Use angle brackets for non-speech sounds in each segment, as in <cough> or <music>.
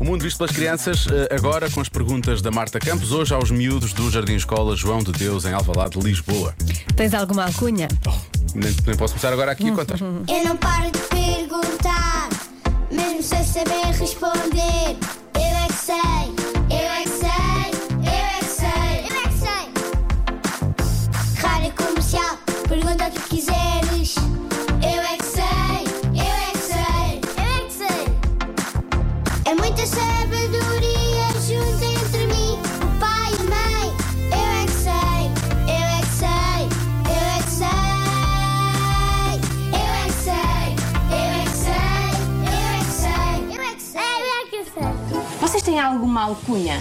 O mundo visto pelas crianças, eh, agora com as perguntas da Marta Campos, hoje aos miúdos do Jardim Escola João de Deus, em Alvalade, Lisboa. Tens alguma alcunha? Nem, nem posso começar agora aqui a contar. Eu não paro de perguntar, mesmo sem saber responder. Eu é que sei, eu é que sei, eu é que sei, eu é que sei. Rádio comercial, pergunta o que quiseres. Eu é que sei, eu é que sei, eu é que sei. É muita sabedoria junta entre mim, o pai e a mãe. Eu é que sei, eu é que sei, eu é que sei. Eu é que sei, eu é que sei, eu é que sei. Eu é que sei, eu é que sei. Vocês têm alguma alcunha?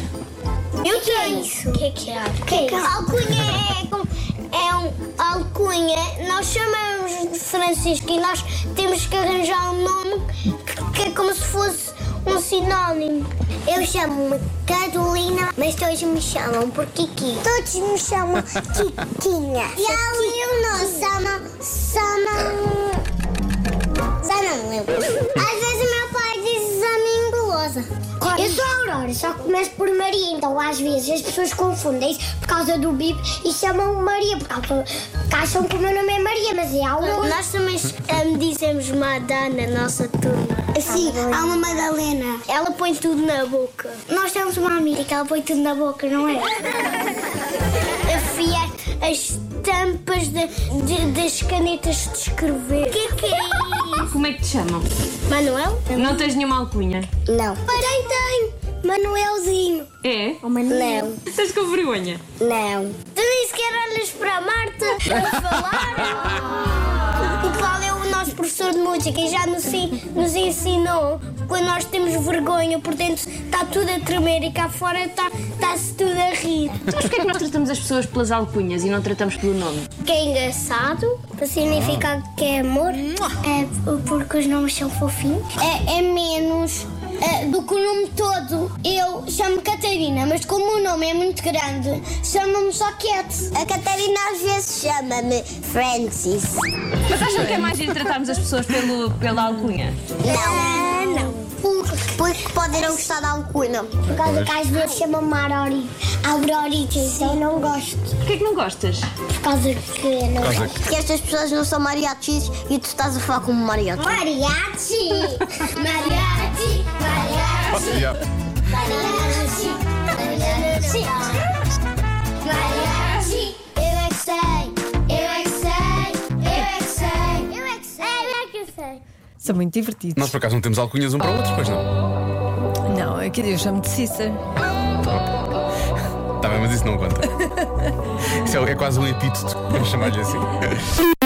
Eu tenho. O que é que é? O que é Alcunha é, como- é um alcunha. Nós chamamos de Francisco e nós temos que arranjar um nome que, que é como se fosse um sinónimo. Eu chamo-me Carolina, mas todos me chamam por Kiki. Todos me <laughs> chamam Kikinha. E a Leonor chama, chama já não me lembro. Às vezes o meu pai diz Ana Engolosa. Eu sou a Aurora, só começo por Maria, então às vezes as pessoas confundem-se por causa do bip e chamam Maria, por causa porque acham que o meu nome é Maria, mas é Aurora. Nós também eh, dizemos Madana, nossa turma. Sim, há uma Madalena. Ela põe tudo na boca. Nós temos uma amiga que ela põe tudo na boca, não <laughs> é? afiar as tampas das canetas de escrever. O que é que é isso? Como é que te chamam? Manuel? Não tens nenhuma alcunha? Não. Parei, tenho. Manuelzinho. É? Não, Estás com vergonha? não. Tu nem sequer olhas para a Marta a falar. O Paulo é o nosso professor de música e já nos, en- nos ensinou quando nós temos vergonha, por dentro está tudo a tremer e cá fora está- está-se tudo a rir. Mas porquê é que nós tratamos as pessoas pelas alcunhas e não tratamos pelo nome? que é engraçado, para significar que é amor, é porque os nomes são fofinhos. É, é menos é, do que o nome todo. Eu chamo Catarina, mas como o nome é muito grande, chamam-me só Cat. A Catarina às vezes chama-me Francis. Mas acham que é mais giro tratarmos as pessoas pelo, pela alcunha? Não. não. Porque, porque podem não gostar da alcuna. Por causa que às vezes chamam-me Aurori. Aurorita, então não gosto. Porquê é que não gostas? Por causa que não causa Que estas pessoas não são mariachis e tu estás a falar como mariachi. <laughs> Mariachi! Mariachi! Mariachi! Mariachi! Mariachi! Mariachi! Eu é que sei! Eu é que sei! Eu é que sei! Eu é que sei! Eu é que sei! São muito divertidos. Nós por acaso não temos alcunhas um para o outro, pois não. Não, eu queria, eu chamo de Cícero. Tá bem, mas isso não conta. Isso é, é quase um epíteto, vamos chamar-lhe assim.